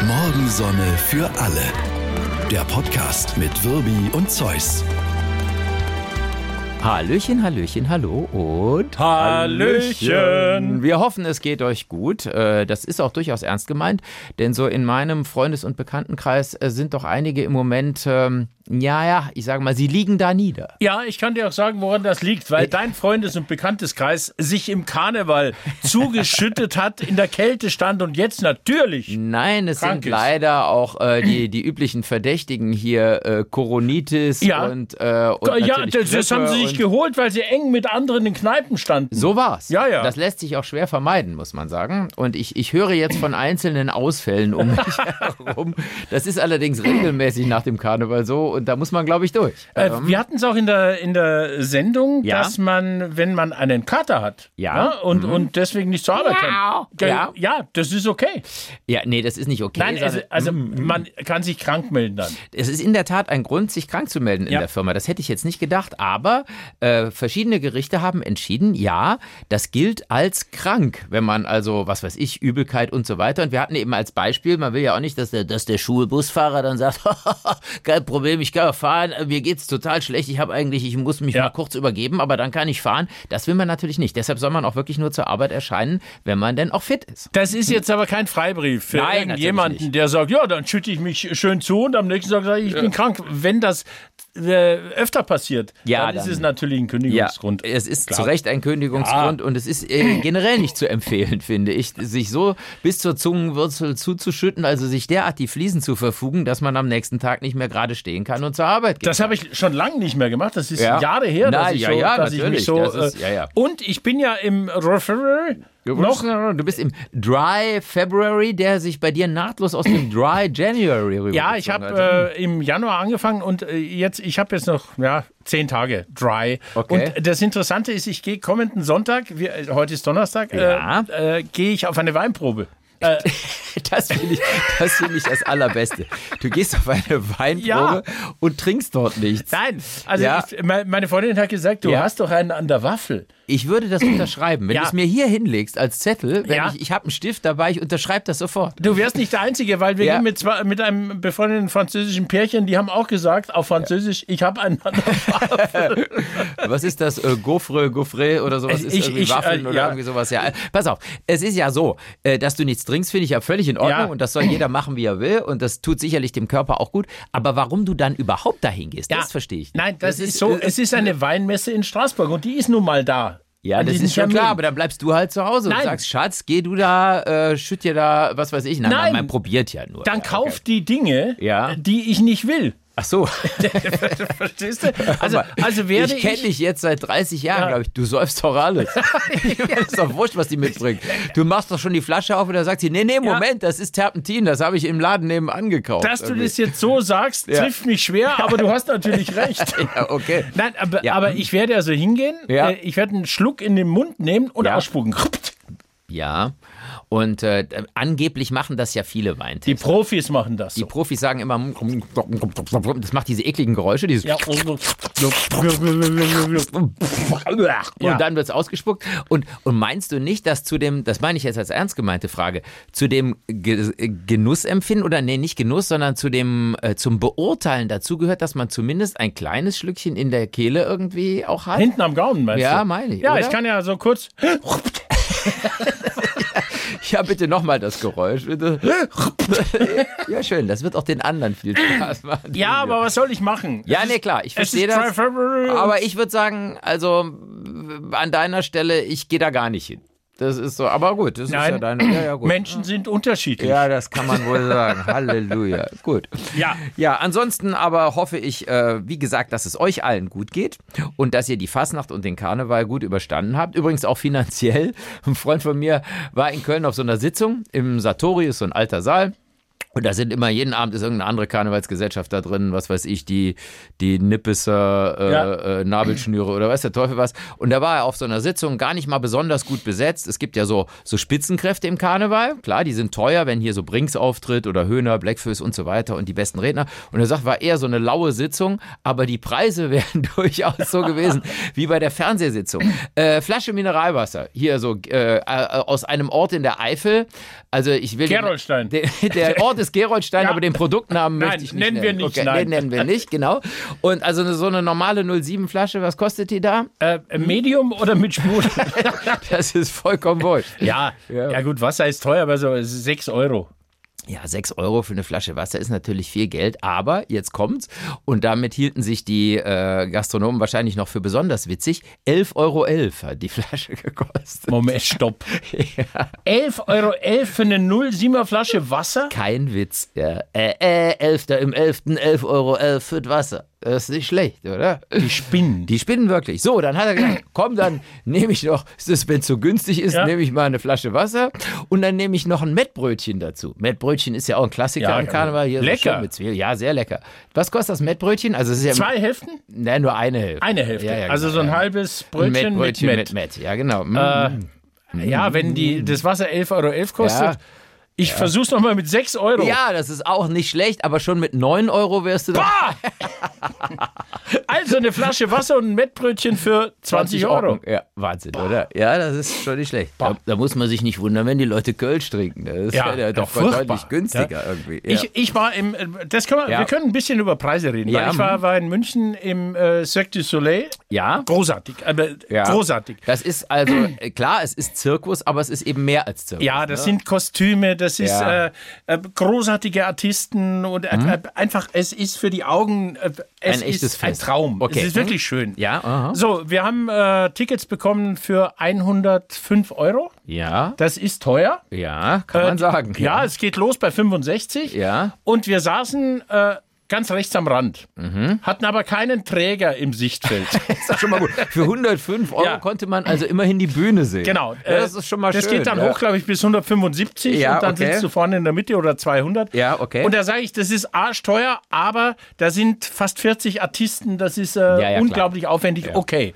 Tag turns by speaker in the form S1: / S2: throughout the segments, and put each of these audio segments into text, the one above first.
S1: Morgensonne für alle. Der Podcast mit Wirbi und Zeus.
S2: Hallöchen, Hallöchen, hallo und
S3: Hallöchen.
S2: Wir hoffen, es geht euch gut. Äh, Das ist auch durchaus ernst gemeint, denn so in meinem Freundes- und Bekanntenkreis äh, sind doch einige im Moment, ähm, ja, ja, ich sage mal, sie liegen da nieder.
S3: Ja, ich kann dir auch sagen, woran das liegt, weil dein Freundes- und Bekannteskreis sich im Karneval zugeschüttet hat, in der Kälte stand und jetzt
S2: Hm,
S3: natürlich.
S2: Nein, es
S3: Krank
S2: sind
S3: ist.
S2: leider auch äh, die, die üblichen Verdächtigen hier, äh, Koronitis
S3: Ja.
S2: und, äh, und
S3: ja,
S2: natürlich
S3: das, das
S2: Grippe
S3: haben sie sich
S2: und-
S3: geholt, weil sie eng mit anderen in Kneipen standen.
S2: So war's.
S3: Ja, ja.
S2: Das lässt sich auch schwer vermeiden, muss man sagen. Und ich, ich höre jetzt von einzelnen Ausfällen um mich herum. Das ist allerdings regelmäßig nach dem Karneval so und da muss man, glaube ich, durch.
S3: Äh, wir hatten es auch in der, in der Sendung,
S2: ähm. Ja.
S3: dass man, wenn man einen Kater hat
S2: Ja. Mhm.
S3: und, und deswegen nicht zur Arbeit kann. Ge-
S2: Ja.
S3: ja, das ist okay.
S2: Ja, nee, das ist nicht okay.
S3: Nein, also,
S2: sondern-
S3: also man kann sich krank melden dann.
S2: es ist in der Tat ein Grund, sich krank zu melden in
S3: Ja.
S2: der Firma. Das hätte ich jetzt nicht gedacht, aber äh, verschiedene Gerichte haben entschieden, ja, das gilt als krank, wenn man also, was weiß ich, Übelkeit und so weiter. Und wir hatten eben als Beispiel, man will ja auch nicht, dass der, dass der Schulbusfahrer dann sagt, kein Problem, ich kann fahren, mir geht's total schlecht, ich habe eigentlich, ich muss mich
S3: Ja.
S2: mal kurz übergeben, aber dann kann ich fahren. Das will man natürlich nicht. Deshalb soll man auch wirklich nur zur Arbeit erscheinen, wenn man denn auch fit ist.
S3: Das ist jetzt aber kein Freibrief für
S2: Nein, natürlich
S3: irgendjemanden,
S2: nicht.
S3: der sagt, ja, dann schütte ich mich schön zu und am nächsten Tag sage ich, ich bin krank. Wenn das äh, öfter passiert,
S2: Ja,
S3: dann, ist
S2: dann-
S3: es natürlich ein Kündigungsgrund.
S2: Ja, es ist
S3: Klar.
S2: zu Recht ein Kündigungsgrund und es ist äh, generell nicht zu empfehlen, finde ich, sich so bis zur Zungenwurzel zuzuschütten, also sich derart die Fliesen zu verfugen, dass man am nächsten Tag nicht mehr gerade stehen kann und zur Arbeit geht.
S3: Das habe ich schon lange nicht mehr gemacht. Das ist
S2: Ja.
S3: Jahre her, dass,
S2: Nein,
S3: ich,
S2: ja,
S3: so,
S2: ja,
S3: dass ich
S2: natürlich.
S3: mich so.
S2: Das ist-
S3: äh,
S2: ja, ja.
S3: Und ich bin ja im Referral noch.
S2: du bist im Dry February, der sich bei dir nahtlos aus dem Dry January rüber.
S3: Ja, ich habe äh, im Januar angefangen und äh, jetzt, ich habe jetzt noch ja, zehn Tage dry.
S2: Okay.
S3: Und das Interessante ist, ich gehe kommenden Sonntag, wir, äh, heute ist Donnerstag,
S2: Ja.
S3: äh, äh, gehe ich auf eine Weinprobe.
S2: Das finde ich, das, find ich das Allerbeste. Du gehst auf eine Weinprobe und trinkst dort nichts.
S3: Nein, also
S2: Ja.
S3: ich, me- meine Freundin hat gesagt, du
S2: Ja.
S3: hast doch einen an der Waffel.
S2: Ich würde das unterschreiben. Wenn
S3: Ja.
S2: du es mir hier hinlegst als Zettel, wenn
S3: Ja.
S2: ich, ich habe einen Stift dabei, ich unterschreibe das sofort.
S3: Du wärst nicht der Einzige, weil wir
S2: Ja.
S3: gehen mit, zwei, mit einem befreundeten französischen Pärchen, die haben auch gesagt, auf Französisch, ich habe einen an der Waffel.
S2: Was ist das? Äh, Gaufre, Gaufre oder sowas?
S3: Äh,
S2: Ist
S3: ich-
S2: irgendwie
S3: ich,
S2: Waffeln
S3: äh,
S2: oder
S3: ja.
S2: irgendwie sowas? Ja, äh, pass auf. Es ist ja so, äh, dass du nichts trinkst, finde ich ja völlig in Ordnung
S3: Ja.
S2: und das soll jeder machen, wie er will und das tut sicherlich dem Körper auch gut. Aber warum du dann überhaupt dahin gehst,
S3: Ja.
S2: das äh, verstehe ich. nicht.
S3: Nein, das, ist so, es ist eine Weinmesse in Straßburg und die ist nun mal da.
S2: Ja,
S3: An
S2: das
S3: diesem
S2: ist schon
S3: Termin.
S2: klar, aber dann bleibst du halt zu Hause und
S3: Nein.
S2: sagst, Schatz, geh du da, äh, schütt dir da, was weiß ich. Nein,
S3: Nein.
S2: Man, man probiert ja nur.
S3: Dann
S2: ja,
S3: kauf die Dinge,
S2: Ja.
S3: die ich nicht will.
S2: Ach so.
S3: Verstehst du? Also, also werde
S2: ich kenne dich jetzt seit 30 Jahren,
S3: Ja.
S2: glaube ich. Du säufst doch alles. ist doch wurscht, was die mitbringt. Du machst doch schon die Flasche auf und dann sagt sie, nee, nee, Moment, das ist Terpentin, das habe ich im Laden nebenan gekauft.
S3: Dass du das jetzt so sagst, trifft mich schwer, aber du hast natürlich recht.
S2: ja, okay.
S3: Nein, aber,
S2: Ja.
S3: aber ich werde also hingehen,
S2: Ja.
S3: äh, ich werde einen Schluck in den Mund nehmen und
S2: Ja.
S3: ausspucken.
S2: Ja, und äh, angeblich machen das ja viele
S3: Die
S2: Weintester.
S3: Profis machen das
S2: Die
S3: so.
S2: Profis sagen immer, "Hm, das macht diese ekligen Geräusche, dieses
S3: Ja. Ja.
S2: Und dann wird es ausgespuckt. Und, und meinst du nicht, dass zu dem, das meine ich jetzt als ernst gemeinte Frage, zu dem Ge Genussempfinden oder nee, nicht Genuss, sondern zu dem, äh, zum Beurteilen dazu gehört, dass man zumindest ein kleines Schlückchen in der Kehle irgendwie auch hat?
S3: Hinten am Gaumen, meinst du?
S2: Ja, meine ich,
S3: Ja,
S2: oder?
S3: ich kann ja so kurz.
S2: Ja, bitte nochmal das Geräusch. Bitte. ja, schön. Das wird auch den anderen viel Spaß machen.
S3: Ja, aber was soll ich machen?
S2: Ja,
S3: Es
S2: nee,
S3: ist-
S2: klar, ich
S3: es
S2: verstehe
S3: ist
S2: das.
S3: February.
S2: Aber ich würde sagen, also mh, an deiner Stelle, ich gehe da gar nicht hin. Das ist so, aber gut, das
S3: Nein.
S2: ist ja deine. Ja, ja, gut.
S3: Menschen sind unterschiedlich.
S2: Ja, das kann man wohl sagen. Halleluja. Gut.
S3: Ja.
S2: Ja, ansonsten aber hoffe ich, äh, wie gesagt, dass es euch allen gut geht und dass ihr die Fasnacht und den Karneval gut überstanden habt. Übrigens auch finanziell. Ein Freund von mir war in Köln auf so einer Sitzung im Sartorius, so ein alter Saal. Und da sind immer jeden Abend ist irgendeine andere Karnevalsgesellschaft da drin, was weiß ich, die, die Nippeser, äh,
S3: Ja.
S2: äh, Nabelschnüre oder weiß der Teufel was. Und da war er auf so einer Sitzung gar nicht mal besonders gut besetzt. Es gibt ja so, so Spitzenkräfte im Karneval. Klar, die sind teuer, wenn hier so Brinks auftritt oder Höhner, Blackfuss und so weiter und die besten Redner. Und er sagt, war eher so eine laue Sitzung, aber die Preise wären durchaus so gewesen wie bei der Fernsehsitzung. Äh, Flasche Mineralwasser, hier so äh, äh, aus einem Ort in der Eifel. Also ich will. den-
S3: Gerolstein.
S2: Der, der Ort ist Geroldstein,
S3: Ja.
S2: aber den Produktnamen
S3: Nein,
S2: möchte ich nicht
S3: nennen wir nicht,
S2: Okay,
S3: nein.
S2: Den nennen wir nicht, genau. Und also eine- so eine normale 07 Flasche, was kostet die da?
S3: Äh, Medium oder mit Sprudel?
S2: Das ist vollkommen wurscht.
S3: ja,
S2: Ja.
S3: ja, gut, Wasser ist teuer, aber so 6 Euro.
S2: Ja, 6 Euro für eine Flasche Wasser ist natürlich viel Geld, aber jetzt kommt's. Und damit hielten sich die äh, Gastronomen wahrscheinlich noch für besonders witzig. 11,11 Euro hat die Flasche gekostet.
S3: Moment, stopp. 11,11 Euro für eine 0,7er Flasche Wasser?
S2: Kein Witz. Ja. Äh, äh, Elfter im Elften, 11,11 Euro für das Wasser. Das ist nicht schlecht, oder?
S3: Die Spinnen.
S2: Die spinnen wirklich. So, dann hat er gesagt, komm, dann nehme ich noch, wenn es so günstig ist,
S3: Ja.
S2: nehme ich mal eine Flasche Wasser und dann nehme ich noch ein Mettbrötchen dazu. Mettbrötchen ist ja auch ein Klassiker
S3: Ja,
S2: am
S3: ja.
S2: Karneval. Hier so
S3: Lecker.
S2: schön mit Zwiebeln. Ja, sehr lecker. Was kostet das Mettbrötchen? Also es ist ja
S3: Zwei Hälften?
S2: Nein, nur eine Hälfte.
S3: Eine Hälfte.
S2: Ja, ja,
S3: also
S2: genau,
S3: so ein
S2: ja.
S3: halbes
S2: Ein
S3: Brötchen,
S2: Mettbrötchen
S3: mit, Äh,
S2: mit
S3: mit,
S2: Mett. Ja, genau. Mm.
S3: Ja, wenn die, das Wasser 11,11 Euro kostet,
S2: Mhm. Ja.
S3: ich versuch's nochmal mit 6 Euro.
S2: ja, das ist auch nicht schlecht, aber schon mit 9 Euro wärst du da.
S3: Ah! Also eine Flasche Wasser und ein Mettbrötchen für 20 Euro.
S2: Ja, Wahnsinn, oder? Ja, das ist schon nicht schlecht. Da, da muss man sich nicht wundern, wenn die Leute Kölsch trinken. Das ist ja,
S3: Ja, ja,
S2: doch
S3: furchtbar.
S2: deutlich günstiger irgendwie. Ja.
S3: Ich, ich war im, das können wir,
S2: Ja.
S3: wir können ein bisschen über Preise reden.
S2: Ja,
S3: weil ich war, war in München im äh, Cirque du Soleil.
S2: ja?
S3: Großartig, aber
S2: Ja.
S3: großartig.
S2: Das ist also, äh, klar, es ist Zirkus, aber es ist eben mehr als Zirkus.
S3: Ja, das sind Kostüme, das
S2: Ne?
S3: ist
S2: Ja. Hm?
S3: äh, äh, großartige Artisten und äh, äh, einfach, es ist für die Augen äh, es
S2: Ein echtes
S3: ist
S2: Fest.
S3: ein Traum.
S2: Okay.
S3: Es ist wirklich schön.
S2: Ja, aha.
S3: So, wir haben äh, Tickets bekommen für 105 Euro.
S2: Ja,
S3: Das ist teuer.
S2: ja, kann man
S3: Äh,
S2: sagen.
S3: Ja, es geht los bei 65.
S2: Ja.
S3: Und wir saßen äh, ganz rechts am Rand,
S2: Mhm.
S3: hatten aber keinen Träger im Sichtfeld.
S2: Ist doch schon mal gut. Für 105 Euro
S3: Ja.
S2: konnte man also immerhin die Bühne sehen.
S3: Genau.
S2: Ja, das
S3: äh,
S2: ist schon mal
S3: Das
S2: schön.
S3: geht dann
S2: ja.
S3: hoch, glaube ich, bis 175
S2: Ja,
S3: und dann
S2: okay.
S3: sitzt du vorne in der Mitte oder 200.
S2: Ja, okay.
S3: Und da sage ich, das ist arschteuer, aber da sind fast 40 Artisten, das ist äh,
S2: ja, Mhm.
S3: unglaublich aufwendig. Okay.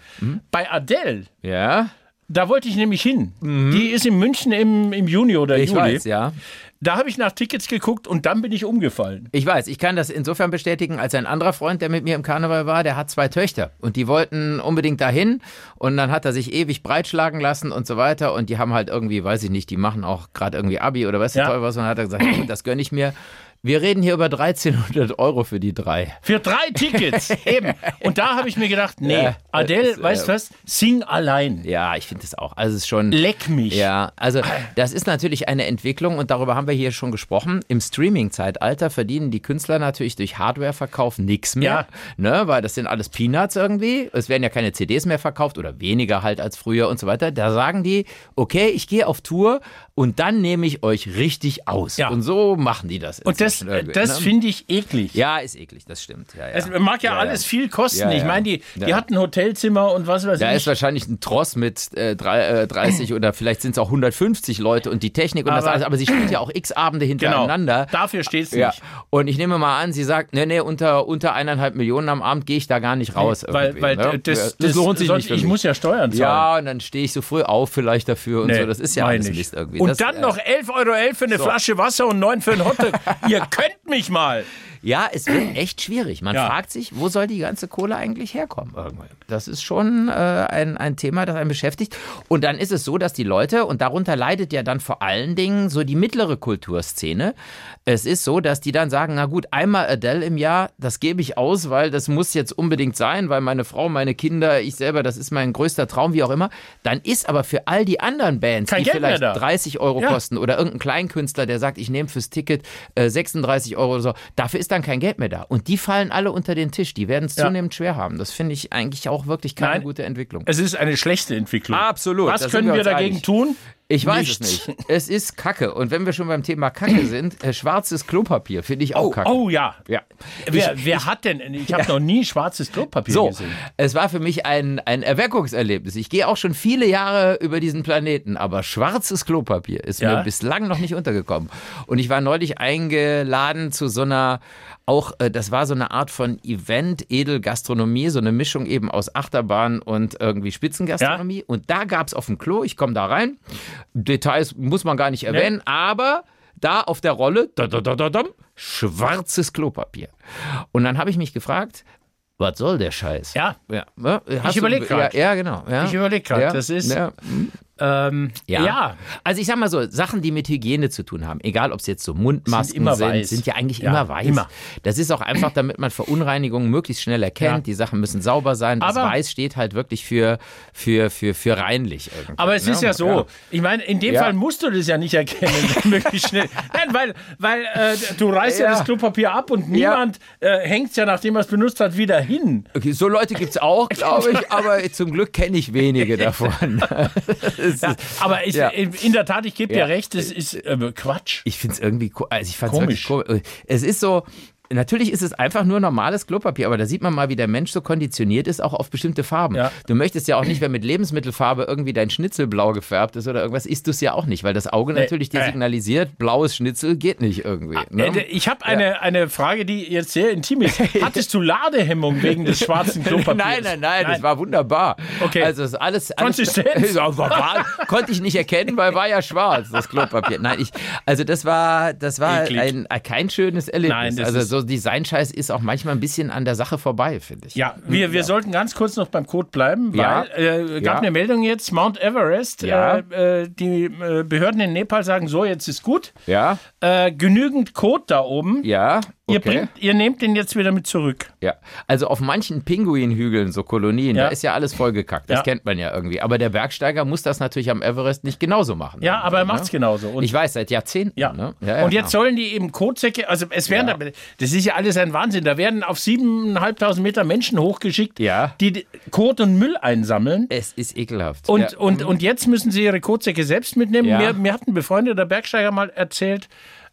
S3: Bei Adele,
S2: Ja,
S3: da wollte ich nämlich hin. Die ist in München im, im Juni oder
S2: Mhm. ich
S3: Juli.
S2: weiß, ja.
S3: Da habe ich nach Tickets geguckt und dann bin ich umgefallen.
S2: Ich weiß, ich kann das insofern bestätigen, als ein anderer Freund, der mit mir im Karneval war, der hat zwei Töchter und die wollten unbedingt dahin und dann hat er sich ewig breitschlagen lassen und so weiter und die haben halt irgendwie, weiß ich nicht, die machen auch gerade irgendwie Abi oder weißt du
S3: Ja.
S2: toll was und dann hat er gesagt, gut, das gönne ich mir. Wir reden hier über 1300 Euro für die drei.
S3: Für drei Tickets. Eben. Und da habe ich mir gedacht, nee,
S2: Ja,
S3: Adele,
S2: das ist, äh,
S3: weißt du was? Sing allein.
S2: Ja, ich finde das auch. Also es ist schon
S3: Leck mich.
S2: Ja, also
S3: Ah.
S2: das ist natürlich eine Entwicklung und darüber haben wir hier schon gesprochen. Im Streaming-Zeitalter verdienen die Künstler natürlich durch Hardware-Verkauf nichts mehr, ne, weil das sind alles Peanuts irgendwie. Es werden ja keine CDs mehr verkauft oder weniger halt als früher und so weiter. Da sagen die, okay, ich gehe auf Tour und dann nehme ich euch richtig aus.
S3: Ja.
S2: Und so machen die das.
S3: Und das,
S2: inzwischen irgendwie,
S3: das
S2: ne?
S3: finde ich eklig.
S2: ja, ist eklig, das stimmt. Ja, ja.
S3: Es mag ja,
S2: Ja,
S3: alles
S2: ja.
S3: viel kosten.
S2: Ja,
S3: Ich
S2: ja.
S3: meine, die, die
S2: Ja.
S3: hatten Hotelzimmer und was weiß
S2: Da
S3: ich.
S2: ist wahrscheinlich ein Tross mit äh, drei, äh, 30 oder vielleicht sind es auch 150 Leute und die Technik und das
S3: Aber-
S2: alles. Aber sie spielt ja auch x Abende
S3: genau.
S2: hintereinander.
S3: Dafür steht es
S2: Ja.
S3: nicht.
S2: Und ich nehme mal an, sie sagt, nee, nee, unter, unter eineinhalb Millionen am Abend gehe ich da gar nicht raus.
S3: Weil,
S2: irgendwie,
S3: weil
S2: ne?
S3: das,
S2: das lohnt sich
S3: soll-
S2: nicht. Für
S3: Ich
S2: mich.
S3: muss ja Steuern zahlen.
S2: ja, und dann stehe ich so früh auf vielleicht dafür und
S3: Nee,
S2: so. Das ist ja
S3: mein
S2: alles
S3: ich.
S2: Mist irgendwie.
S3: Und
S2: das,
S3: dann
S2: äh,
S3: noch 11,11 Euro für eine Flasche Wasser und 9 für einen Hotdog. Ihr könnt mich mal.
S2: Ja, es wird echt schwierig. Man
S3: Ja.
S2: fragt sich, wo soll die ganze Kohle eigentlich herkommen? Irgendwann. Das ist schon äh, ein, ein Thema, das einen beschäftigt. Und dann ist es so, dass die Leute, und darunter leidet ja dann vor allen Dingen so die mittlere Kulturszene, es ist so, dass die dann sagen, na gut, einmal Adele im Jahr, das gebe ich aus, weil das muss jetzt unbedingt sein, weil meine Frau, meine Kinder, ich selber, das ist mein größter Traum, wie auch immer. Dann ist aber für all die anderen Bands,
S3: Kein
S2: die
S3: Geld mehr
S2: vielleicht
S3: da.
S2: 30 Euro
S3: Ja.
S2: kosten oder irgendein Kleinkünstler, der sagt, ich nehme fürs Ticket äh, 36 Euro oder so, dafür ist dann kein Geld mehr da. Und die fallen alle unter den Tisch. Die werden es
S3: Ja.
S2: zunehmend schwer haben. Das finde ich eigentlich auch wirklich keine
S3: Nein.
S2: gute Entwicklung.
S3: Es ist eine schlechte Entwicklung.
S2: Absolut, da
S3: Was
S2: sind
S3: können
S2: wir
S3: wir
S2: uns
S3: dagegen
S2: einig.
S3: tun?
S2: Ich weiß es
S3: Nichts.
S2: nicht. Es ist Kacke. Und wenn wir schon beim Thema Kacke sind, äh, schwarzes Klopapier finde ich auch
S3: Oh,
S2: Kacke.
S3: oh ja.
S2: Ja.
S3: Wer, wer hat denn? Ich habe noch nie schwarzes Klopapier
S2: So,
S3: gesehen.
S2: es war für mich ein, ein Erweckungserlebnis. Ich gehe auch schon viele Jahre über diesen Planeten, aber schwarzes Klopapier ist
S3: Ja.
S2: mir bislang noch nicht untergekommen. Und ich war neulich eingeladen zu so einer, auch äh, das war so eine Art von Event, Edelgastronomie, so eine Mischung eben aus Achterbahn und irgendwie Spitzengastronomie. Und da gab es auf dem Klo, ich komme da rein, Details muss man gar nicht erwähnen, aber da auf der Rolle, da, da, da, da, da, schwarzes Klopapier. Und dann habe ich mich gefragt, was soll der Scheiß?
S3: Ja.
S2: ja. ne? Hast
S3: Ich
S2: du-
S3: überleg grad.
S2: Ja, ja, genau. Ja.
S3: Ich überleg grad.
S2: Ja,
S3: Das ist-
S2: Ja.
S3: Ähm, ja.
S2: Also ich sag mal so, Sachen, die mit Hygiene zu tun haben, egal ob es jetzt so Mundmasken
S3: Sind immer
S2: sind,
S3: weiß.
S2: sind ja eigentlich
S3: Ja,
S2: immer weiß.
S3: immer.
S2: Das ist auch einfach, damit man Verunreinigungen möglichst schnell erkennt.
S3: Ja.
S2: Die Sachen müssen sauber sein. Das
S3: Aber-
S2: Weiß steht halt wirklich für, für, für, für reinlich. Irgendwie,
S3: Aber es
S2: ne?
S3: ist ja so. Ich meine, in dem
S2: Ja.
S3: Fall musst du das ja nicht erkennen, möglichst schnell. Nein, weil, weil äh, du reißt ja.
S2: Ja.
S3: das Klopapier ab und niemand äh, hängt es ja, nachdem er es benutzt hat, wieder hin.
S2: Okay, so Leute gibt es auch, glaube ich, aber zum Glück kenne ich wenige davon. Das ist-
S3: Aber ich,
S2: Ja.
S3: in in der Tat, ich gebe
S2: Ja.
S3: dir recht, das ist äh, Quatsch.
S2: Ich finde es irgendwie ko- also ich fand's
S3: Komisch.
S2: komisch. Wirklich komisch. Es ist so. Natürlich ist es einfach nur normales Klopapier, aber da sieht man mal, wie der Mensch so konditioniert ist, auch auf bestimmte Farben.
S3: Ja.
S2: Du möchtest ja auch nicht, wenn mit Lebensmittelfarbe irgendwie dein Schnitzel blau gefärbt ist oder irgendwas, isst du es ja auch nicht, weil das Auge natürlich dir
S3: äh.
S2: signalisiert, blaues Schnitzel geht nicht irgendwie. Ne?
S3: Äh, Ich habe eine, eine Frage, die jetzt sehr intim ist. Hattest du Ladehemmung wegen des schwarzen Klopapiers?
S2: Nein, nein, nein, das war wunderbar.
S3: Okay.
S2: Also das alles, alles
S3: Konsistenz.
S2: Ja, war, war, konnte ich nicht erkennen, weil war ja schwarz das Klopapier. Nein, ich also das war das war
S3: Eklig.
S2: ein, ein kein schönes Erlebnis.
S3: Nein, das
S2: also so
S3: ist-
S2: Designscheiß ist auch manchmal ein bisschen an der Sache vorbei, finde ich.
S3: Ja, wir, wir sollten ganz kurz noch beim Code bleiben, weil
S2: Ja.
S3: äh, gab
S2: Ja.
S3: eine Meldung jetzt, Mount Everest,
S2: Ja.
S3: äh, äh, die äh, Behörden in Nepal sagen, so, jetzt ist gut,
S2: Ja,
S3: äh, genügend Code da oben,
S2: ja.
S3: ihr,
S2: okay.
S3: bringt, ihr nehmt den jetzt wieder mit zurück.
S2: Ja, also auf manchen Pinguinhügeln, so Kolonien,
S3: Ja.
S2: da ist ja alles vollgekackt. Das
S3: Ja.
S2: kennt man ja irgendwie. Aber der Bergsteiger muss das natürlich am Everest nicht genauso machen.
S3: Ja, aber er macht's genauso. Und
S2: Ich weiß, seit Jahrzehnten.
S3: Ja.
S2: Ne?
S3: und jetzt
S2: genau.
S3: sollen die eben Kotsäcke, also es werden, da- das ist ja alles ein Wahnsinn, da werden auf 7.500 Meter Menschen hochgeschickt,
S2: Ja.
S3: die d- Kot und Müll einsammeln.
S2: Es ist ekelhaft.
S3: Und,
S2: ja.
S3: und, und jetzt müssen sie ihre Kotsäcke selbst mitnehmen.
S2: Ja.
S3: Mir, mir hat ein befreundeter Bergsteiger mal erzählt,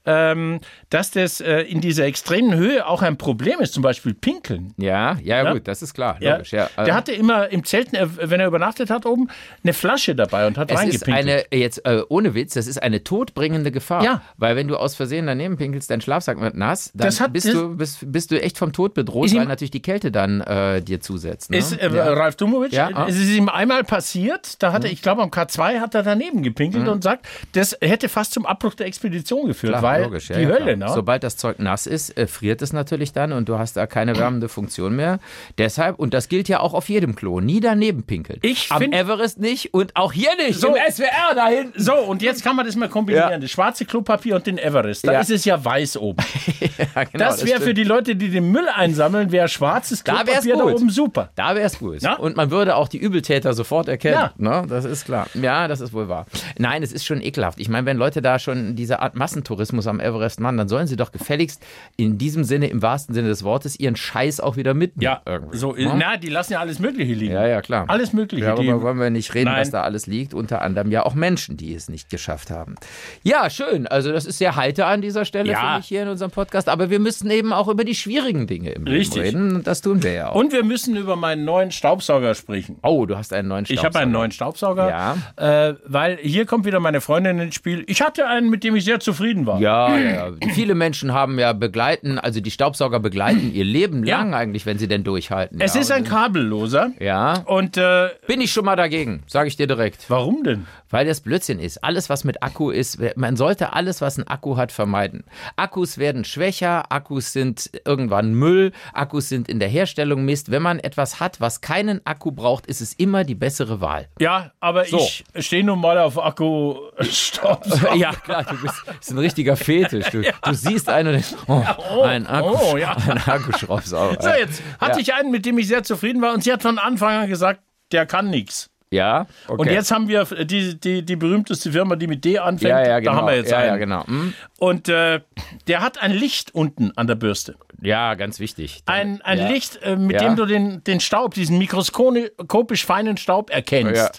S3: ähm, dass das äh, in dieser extremen Höhe auch ein Problem ist, zum Beispiel Pinkeln.
S2: Ja, ja, gut, das ist klar. Logisch, ja. Ähm,
S3: Der hatte immer im Zelten, äh, wenn er übernachtet hat, oben eine Flasche dabei und hat
S2: es ist
S3: reingepinkelt.
S2: eine, jetzt äh, ohne Witz, das ist eine todbringende Gefahr.
S3: Ja.
S2: Weil wenn du aus Versehen daneben pinkelst, dein Schlafsack wird nass, dann
S3: Das hat-
S2: bist,
S3: das-
S2: du, bist, bist du echt vom Tod bedroht,
S3: Ist ihm-
S2: weil natürlich die Kälte dann äh, dir zusetzt. Ne?
S3: Ist, äh, Ralf Dumowitsch,
S2: Ja, Mhm. ah.
S3: es ist ihm einmal passiert, da hatte, ich glaube, am K2 hat er daneben gepinkelt und sagt, das hätte fast zum Abbruch der Expedition geführt,
S2: Mhm. Klar,
S3: weil
S2: logisch, ja,
S3: die
S2: ja,
S3: Hölle,
S2: klar.
S3: ne?
S2: Sobald das Zeug nass ist, äh, friert es natürlich dann und du hast da keine wärmende Funktion mehr. Deshalb, und das gilt ja auch auf jedem Klo, nie daneben pinkeln.
S3: Ich
S2: Am
S3: find-
S2: Everest nicht und auch hier nicht.
S3: So.
S2: Im SWR da hinten.
S3: So, und jetzt kann man das mal kombinieren.
S2: Ja.
S3: Das schwarze Klopapier und den Everest. Da
S2: Ja.
S3: ist es ja weiß oben.
S2: Ja, genau,
S3: Das wäre
S2: stimmt.
S3: für die Leute, die den Müll einsammeln, wäre schwarzes
S2: Da wär's
S3: Klopapier da,
S2: gut.
S3: oben super.
S2: Da wäre es gut.
S3: Na?
S2: Und man würde auch die Übeltäter sofort erkennen.
S3: Ja.
S2: Ne? Das ist klar. Ja, das ist wohl wahr. Nein, es ist schon ekelhaft. Ich meine, wenn Leute da schon diese Art Massentourismus am Everest machen, dann sollen sie doch gefälligst in diesem Sinne, im wahrsten Sinne des Wortes, ihren Scheiß auch wieder mitnehmen.
S3: Ja,
S2: irgendwie.
S3: so,
S2: Ne?
S3: na, die lassen ja alles Mögliche liegen.
S2: Ja, ja, klar.
S3: Alles Mögliche.
S2: Darüber
S3: die,
S2: wollen wir nicht reden,
S3: Nein.
S2: was da alles liegt. Unter anderem ja auch Menschen, die es nicht geschafft haben. Ja, schön. Also das ist sehr heiter an dieser Stelle
S3: Ja.
S2: für mich hier in unserem Podcast. Aber wir müssen eben auch über die schwierigen Dinge im
S3: Richtig.
S2: Leben reden. Und das tun wir ja auch.
S3: und wir müssen über meinen neuen Staubsauger sprechen.
S2: oh, du hast einen neuen
S3: Ich
S2: Staubsauger.
S3: habe einen neuen Staubsauger,
S2: Ja.
S3: äh, weil hier kommt wieder meine Freundin ins Spiel. Ich hatte einen, mit dem ich sehr zufrieden war.
S2: Ja, ja, ja. Viele Menschen haben ja begleiten, also die Staubsauger begleiten ihr Leben
S3: Ja.
S2: lang eigentlich, wenn sie denn durchhalten.
S3: es
S2: ja.
S3: ist ein kabelloser
S2: ja,
S3: und äh,
S2: bin ich schon mal dagegen, sage ich dir direkt.
S3: warum denn?
S2: Weil das Blödsinn ist. Alles, was mit Akku ist, man sollte alles, was einen Akku hat, vermeiden. Akkus werden schwächer, Akkus sind irgendwann Müll, Akkus sind in der Herstellung Mist. Wenn man etwas hat, was keinen Akku braucht, ist es immer die bessere Wahl.
S3: Ja, aber
S2: So.
S3: ich stehe nun mal auf Akku-Staubsauger.
S2: Ja, Oh, klar, du bist ist ein richtiger Fetisch. Du, du siehst einen und denkst, oh, ein Akku,
S3: oh, ja.
S2: ein Akkuschraubsauger.
S3: So, jetzt
S2: Ja.
S3: hatte ich einen, mit dem ich sehr zufrieden war und sie hat von Anfang an gesagt, der kann nichts.
S2: Ja, okay.
S3: Und jetzt haben wir die, die, die berühmteste Firma, die mit D anfängt.
S2: ja, ja, genau.
S3: Da haben wir jetzt
S2: ja,
S3: einen.
S2: ja, genau. Hm?
S3: Und äh, der hat ein Licht unten an der Bürste.
S2: Ja, ganz wichtig.
S3: Ein, ein
S2: ja.
S3: Licht, äh, mit
S2: Ja.
S3: dem du den, den Staub, diesen mikroskopisch feinen Staub erkennst.
S2: Ja.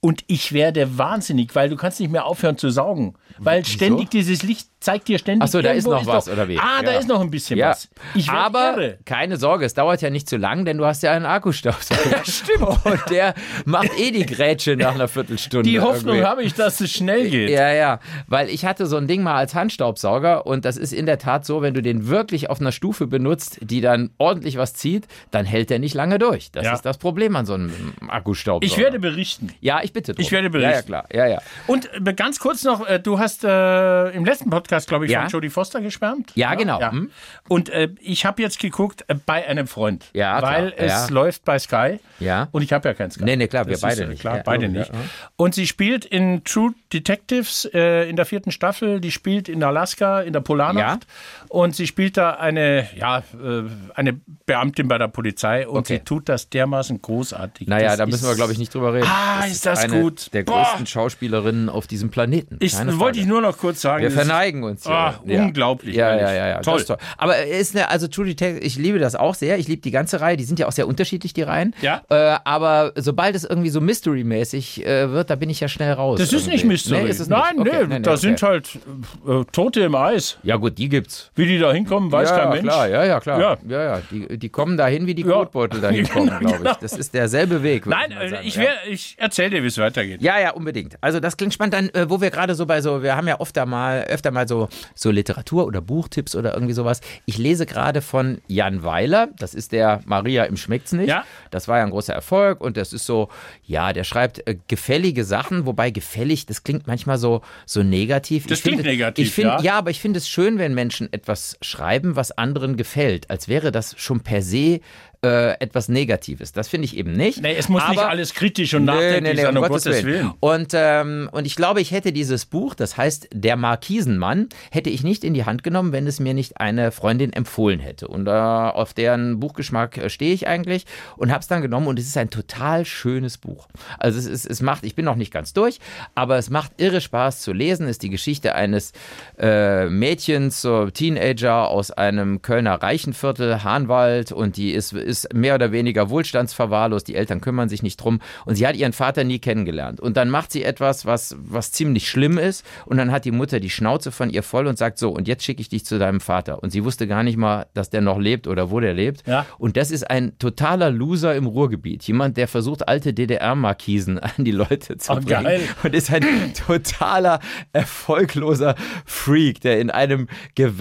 S3: Und ich werde wahnsinnig, weil du kannst nicht mehr aufhören zu saugen. Weil ständig dieses Licht zeigt dir ständig.
S2: Ach so, da ist
S3: irgendwo
S2: noch was, oder wie?
S3: Ah, da
S2: Ja.
S3: ist noch ein bisschen
S2: Ja,
S3: was. Ich werd
S2: aber
S3: irre.
S2: keine Sorge, es dauert ja nicht zu lang, denn du hast ja einen Akkustaubsauger. Ja, stimmt. Und der macht eh die Grätsche nach einer Viertelstunde.
S3: Die Hoffnung
S2: irgendwie.
S3: habe ich, dass es schnell geht.
S2: Ja, ja, weil ich hatte so ein Ding mal als Handstaubsauger und das ist in der Tat so, wenn du den wirklich auf einer Stufe benutzt, die dann ordentlich was zieht, dann hält der nicht lange durch. Das
S3: Ja.
S2: ist das Problem an so einem Akkustaubsauger.
S3: Ich werde berichten.
S2: Ja, ich ich bitte drum.
S3: Ich werde
S2: Ja, ja,
S3: berichten.
S2: klar. Ja, ja.
S3: Und äh, ganz kurz noch, äh, du hast äh, im letzten Podcast, glaube ich,
S2: Ja.
S3: von Jodie Foster geschwärmt.
S2: Ja, genau. Hm.
S3: Und äh, ich habe jetzt geguckt äh, bei einem Freund,
S2: Ja, klar.
S3: weil es
S2: Ja.
S3: läuft bei Sky.
S2: Ja.
S3: Und ich habe ja kein Sky.
S2: Nee, nee, klar, wir
S3: Das
S2: beide
S3: äh,
S2: nicht.
S3: Klar,
S2: Ja,
S3: beide
S2: logisch,
S3: nicht.
S2: ja, ja.
S3: Und sie spielt in True Detectives äh, in der vierten Staffel. Die spielt in Alaska in der Polarnacht. Und sie spielt da eine, ja, äh, eine Beamtin bei der Polizei. Und
S2: Okay.
S3: sie tut das dermaßen großartig.
S2: Naja,
S3: Das
S2: da müssen wir,
S3: ist-
S2: glaube ich, nicht drüber reden.
S3: Ah, ist das
S2: eine
S3: gut.
S2: der
S3: Boah.
S2: größten Schauspielerinnen auf diesem Planeten.
S3: Ich
S2: Keine Frage.
S3: wollte ich nur noch kurz sagen.
S2: Wir
S3: das ist-
S2: verneigen uns. hier.
S3: Ah, unglaublich,
S2: Ja,
S3: ehrlich.
S2: ja, ja, ja.
S3: Toll.
S2: Das ist toll. Aber es ist eine, also True Detective, ich liebe das auch sehr. Ich liebe die ganze Reihe. Die sind ja auch sehr unterschiedlich, die Reihen.
S3: Ja.
S2: Äh, aber sobald es irgendwie so Mystery-mäßig äh, wird, da bin ich ja schnell raus.
S3: Das ist nicht
S2: irgendwie.
S3: Mystery.
S2: Also Nee, ist es nicht.
S3: Nein,
S2: Okay,
S3: nee, da sind
S2: okay.
S3: halt äh, Tote im Eis.
S2: Ja, gut, die gibt's.
S3: Wie die da hinkommen, weiß
S2: ja,
S3: kein
S2: ja,
S3: Mensch.
S2: Klar, ja, ja, klar.
S3: Ja.
S2: Ja, ja. Die, die kommen dahin, wie die
S3: Ja.
S2: Kotbeutel dahin
S3: Genau,
S2: kommen, glaube ich.
S3: genau.
S2: Das ist derselbe Weg. würde
S3: Nein,
S2: mal
S3: äh,
S2: sagen.
S3: ich,
S2: Ja.
S3: wär, ich erzähl dir, wie es weitergeht.
S2: Ja, ja, unbedingt. Also das klingt spannend. Dann, äh, wo wir gerade so bei so, wir haben ja oft da mal, öfter mal so, so Literatur oder Buchtipps oder irgendwie sowas. Ich lese gerade von Jan Weiler, das ist der Maria im Schmeckt's nicht.
S3: Ja.
S2: Das war ja ein großer Erfolg und das ist so, ja, der schreibt äh, gefällige Sachen, wobei gefällig, das klingt manchmal so, so negativ.
S3: Das
S2: ich
S3: klingt
S2: finde,
S3: negativ,
S2: ich finde,
S3: ja.
S2: ja, aber ich finde es schön, wenn Menschen etwas schreiben, was anderen gefällt, als wäre das schon per se äh, etwas Negatives. Das finde ich eben nicht.
S3: Nee, es muss nicht
S2: Aber-
S3: alles kritisch und nachdenklich sein, um Gottes Willen.
S2: und, ähm, und ich glaube, ich hätte dieses Buch, das heißt Der Markisenmann, hätte ich nicht in die Hand genommen, wenn es mir nicht eine Freundin empfohlen hätte. Und äh, auf deren Buchgeschmack äh, stehe ich eigentlich und habe es dann genommen. Und es ist ein total schönes Buch. Also es, ist, es macht, ich bin noch nicht ganz durch, aber es macht irre Spaß zu lesen. Es ist die Geschichte eines äh, Mädchens, so Teenager aus einem Kölner Reichenviertel, Hahnwald. Und die ist, ist mehr oder weniger wohlstandsverwahrlost. Die Eltern kümmern sich nicht drum. Und sie hat ihren Vater nie kennengelernt. Und dann macht sie etwas, was, was ziemlich schlimm ist. Und dann hat die Mutter die Schnauze von ihr voll und sagt so, und jetzt schicke ich dich zu deinem Vater. Und sie wusste gar nicht mal, dass der noch lebt oder wo der lebt.
S3: Ja.
S2: Und das ist ein totaler Loser im Ruhrgebiet. Jemand, der versucht, alte DDR-Markisen an die Leute zu
S3: Oh,
S2: bringen.
S3: geil.
S2: Und ist ein totaler erfolgloser Freak, der in einem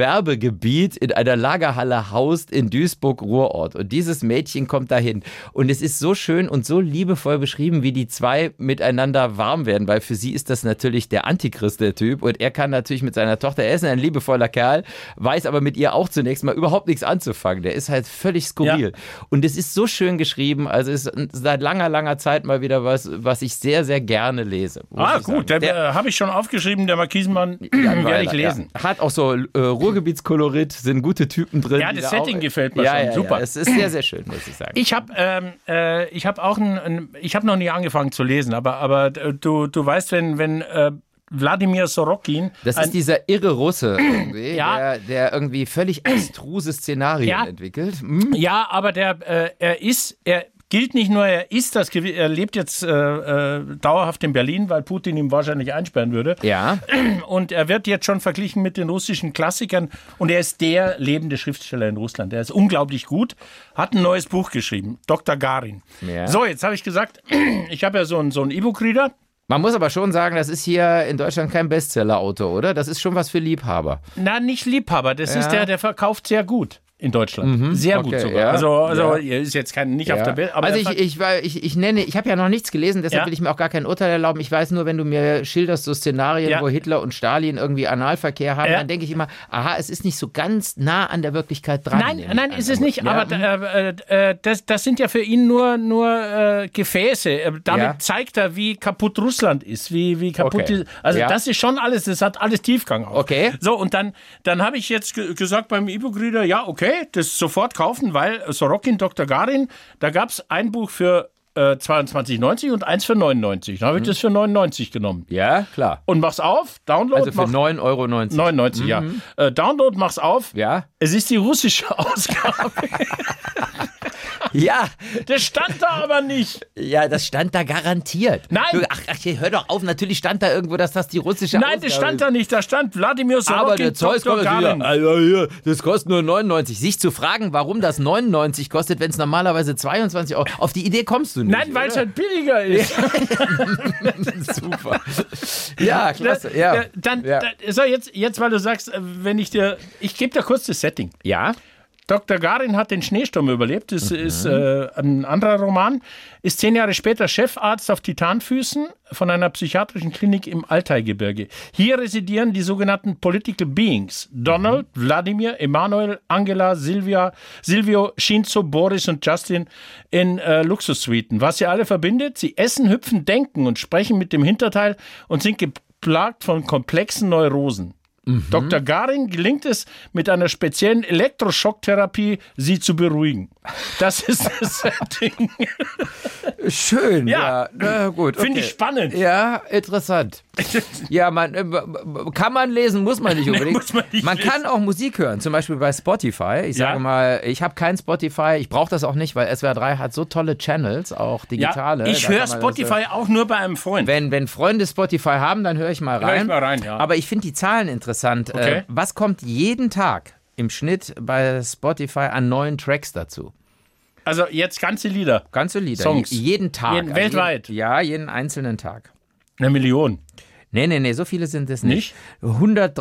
S2: Gewerbegebiet, in einer Lagerhalle haust in Duisburg-Ruhrort. Und dieses Mädchen kommt dahin. Und es ist so schön und so liebevoll beschrieben, wie die zwei miteinander warm werden, weil für sie ist das natürlich der Antichrist, der Typ. Und er kann natürlich mit seiner Tochter, er ist ein liebevoller Kerl, weiß aber mit ihr auch zunächst mal überhaupt nichts anzufangen. Der ist halt völlig skurril. Und es ist so schön geschrieben. Also es ist seit langer, langer Zeit mal wieder was, was ich sehr, sehr gerne lese. muss
S3: Ah,
S2: ich
S3: gut,
S2: sagen.
S3: der, äh, habe ich schon aufgeschrieben, der Markisenmann
S2: Jan
S3: werde ich
S2: Weiler,
S3: lesen.
S2: Ja. Hat auch so äh, Ruhrgebietskolorit, sind gute Typen drin.
S3: Ja,
S2: die
S3: das
S2: da
S3: Setting gefällt mir
S2: ja,
S3: schon.
S2: Ja,
S3: Super.
S2: Ja. Es ist sehr, sehr schön, muss ich sagen.
S3: Ich habe ähm, äh, ich hab auch ein, ein ich habe noch nie angefangen zu lesen, aber aber äh, du du weißt, wenn wenn äh, Wladimir Sorokin
S2: das
S3: ein,
S2: ist dieser irre Russe, irgendwie,
S3: Ja.
S2: der, der irgendwie völlig abstruse Szenarien
S3: Ja.
S2: entwickelt. Hm?
S3: Ja, aber der, äh, er ist, er gilt nicht nur, er ist das, gewi- er lebt jetzt äh, äh, dauerhaft in Berlin, weil Putin ihn wahrscheinlich einsperren würde.
S2: Ja,
S3: Und er wird jetzt schon verglichen mit den russischen Klassikern. Und er ist der lebende Schriftsteller in Russland. Er ist unglaublich gut, hat ein neues Buch geschrieben, Dr. Garin.
S2: Ja.
S3: So, jetzt habe ich gesagt, ich habe ja so einen so einen E-Book-Reader.
S2: man muss aber schon sagen, das ist hier in Deutschland kein Bestseller-Auto, oder? Das ist schon was für Liebhaber.
S3: Na, nicht Liebhaber, das ist der, der verkauft sehr gut. In Deutschland. Sehr gut
S2: Mhm. okay,
S3: sogar.
S2: ja,
S3: also, also
S2: ja.
S3: er ist jetzt kein, nicht auf der Welt. aber
S2: also
S3: er
S2: ich,
S3: ver-
S2: ich, war- ich, ich nenne, ich habe ja noch nichts gelesen, deshalb
S3: Ja.
S2: will ich mir auch gar kein Urteil erlauben. Ich weiß nur, wenn du mir schilderst so Szenarien,
S3: Ja.
S2: wo Hitler und Stalin irgendwie Analverkehr haben,
S3: Ja.
S2: dann denke ich immer, aha, es ist nicht so ganz nah an der Wirklichkeit dran.
S3: Nein,
S2: nehme ich
S3: nein,
S2: an.
S3: ist es nicht.
S2: Ja.
S3: Aber äh, äh, äh, das, das sind ja für ihn nur, nur äh, Gefäße. Äh, Damit
S2: Ja.
S3: zeigt er, wie kaputt Russland ist, wie, wie kaputt.
S2: Okay.
S3: Die, also
S2: Ja.
S3: das ist schon alles. Das hat alles Tiefgang auch.
S2: Okay.
S3: So und dann, dann habe ich jetzt ge gesagt beim E-Book Reader, ja okay, das sofort kaufen, weil Sorokin, Dr. Garin, da gab es ein Buch für äh, 22,90 und eins für 99. Dann
S2: Mhm.
S3: habe ich das für 99 genommen.
S2: ja, klar.
S3: Und mach's auf, Download,
S2: Also für
S3: mach,
S2: 9,90 Euro.
S3: 99, ja. Äh, Download, mach's auf.
S2: Ja?
S3: Es ist die russische Ausgabe.
S2: Ja,
S3: Das stand da aber nicht.
S2: ja, das stand da garantiert.
S3: Nein.
S2: Du, ach, ach, hier, hör doch auf, natürlich stand da irgendwo, dass das die russische
S3: Nein, das stand da nicht. Da stand Wladimir Sorokin,
S2: Aber der Zeus
S3: Dr.
S2: kommt wieder.
S3: Garin.
S2: Also hier, das kostet nur 99. Sich zu fragen, warum das 99 kostet, wenn es normalerweise 22 Euro. Auf die Idee kommst du nicht.
S3: Nein, weil es halt billiger ist.
S2: super. Ja, klasse. Ja.
S3: Äh, Ne, Dann,
S2: ja.
S3: dann- so jetzt, jetzt, weil du sagst, äh, wenn ich dir, ich gebe dir kurz das Setting.
S2: ja.
S3: Dr. Garin hat den Schneesturm überlebt. Das ist äh, ein anderer Roman. Ist zehn Jahre später Chefarzt auf Titanfüßen von einer psychiatrischen Klinik im Altaigebirge. Hier residieren die sogenannten Political Beings. Donald, Wladimir, Emanuel, Angela, Silvia, Silvio, Shinzo, Boris und Justin in äh, Luxussuiten. Was sie alle verbindet, sie essen, hüpfen, denken und sprechen mit dem Hinterteil und sind geplagt von komplexen Neurosen.
S2: Mhm.
S3: Dr. Garin gelingt es, mit einer speziellen Elektroschocktherapie sie zu beruhigen. Das ist das Ding.
S2: Schön, ja.
S3: Ja.
S2: Na gut.
S3: Finde ich spannend.
S2: Ja, interessant. Ja, man äh, b- b- kann man lesen, muss man nicht unbedingt.
S3: muss man nicht
S2: kann auch Musik hören, zum Beispiel bei Spotify. Ich
S3: Ja.
S2: sage mal, ich habe kein Spotify, ich brauche das auch nicht, weil SWR3 hat so tolle Channels, auch digitale.
S3: ich
S2: Da
S3: höre
S2: kann man das, äh,
S3: Spotify auch nur bei einem Freund.
S2: Wenn, wenn Freunde Spotify haben, dann höre ich mal rein.
S3: ich mal rein, ja.
S2: Aber ich finde die Zahlen interessant.
S3: Okay.
S2: Äh, was kommt jeden Tag im Schnitt bei Spotify an neuen Tracks dazu?
S3: also jetzt ganze Lieder.
S2: Ganze Lieder.
S3: Songs.
S2: Jeden Tag.
S3: Jeden-
S2: Also jeden-
S3: weltweit.
S2: ja, jeden einzelnen Tag.
S3: Eine Million.
S2: Nee, nee, nee, so viele sind es nicht.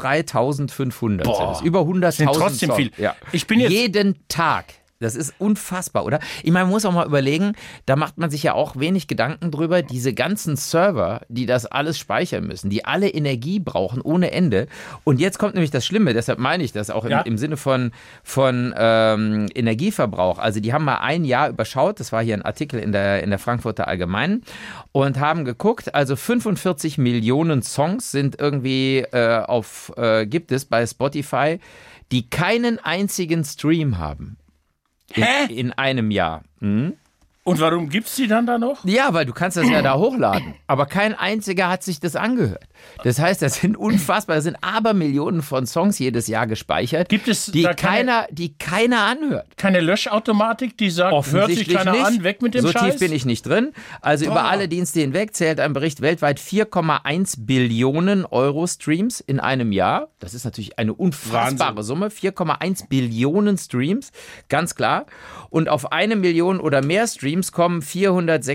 S2: 103.500 sind
S3: Boah.
S2: es. Über 100.000.
S3: Sind trotzdem
S2: Songs.
S3: viel.
S2: Ja.
S3: Ich bin jetzt-
S2: Jeden Tag. Das ist unfassbar, oder? Ich meine, man muss auch mal überlegen, da macht man sich ja auch wenig Gedanken drüber, diese ganzen Server, die das alles speichern müssen, die alle Energie brauchen ohne Ende. Und jetzt kommt nämlich das Schlimme, deshalb meine ich das auch im,
S3: Ja.
S2: im Sinne von, von ähm, Energieverbrauch. Also die haben mal ein Jahr überschaut, das war hier ein Artikel in der, in der Frankfurter Allgemeinen, und haben geguckt, also 45 Millionen Songs sind irgendwie äh, auf, äh, gibt es bei Spotify, die keinen einzigen Stream haben. In,
S3: Hä?
S2: in einem Jahr.
S3: Und warum gibt's die dann da noch?
S2: Ja, weil du kannst das ja da hochladen. Aber kein einziger hat sich das angehört. Das heißt, das sind unfassbar, das sind Abermillionen von Songs jedes Jahr gespeichert,
S3: Gibt es
S2: die,
S3: da keine-
S2: keiner, die keiner anhört.
S3: Keine Löschautomatik, die sagt, hört sich
S2: Offensichtlich
S3: keiner
S2: nicht.
S3: an, weg mit dem
S2: so
S3: Scheiß.
S2: tief bin ich nicht drin. Also über alle Dienste hinweg zählt ein Bericht weltweit 4,1 Billionen Euro Streams in einem Jahr. Das ist natürlich eine unfassbare Summe. 4,1 Billionen Streams, ganz klar. Und auf eine Million oder mehr Streams kommen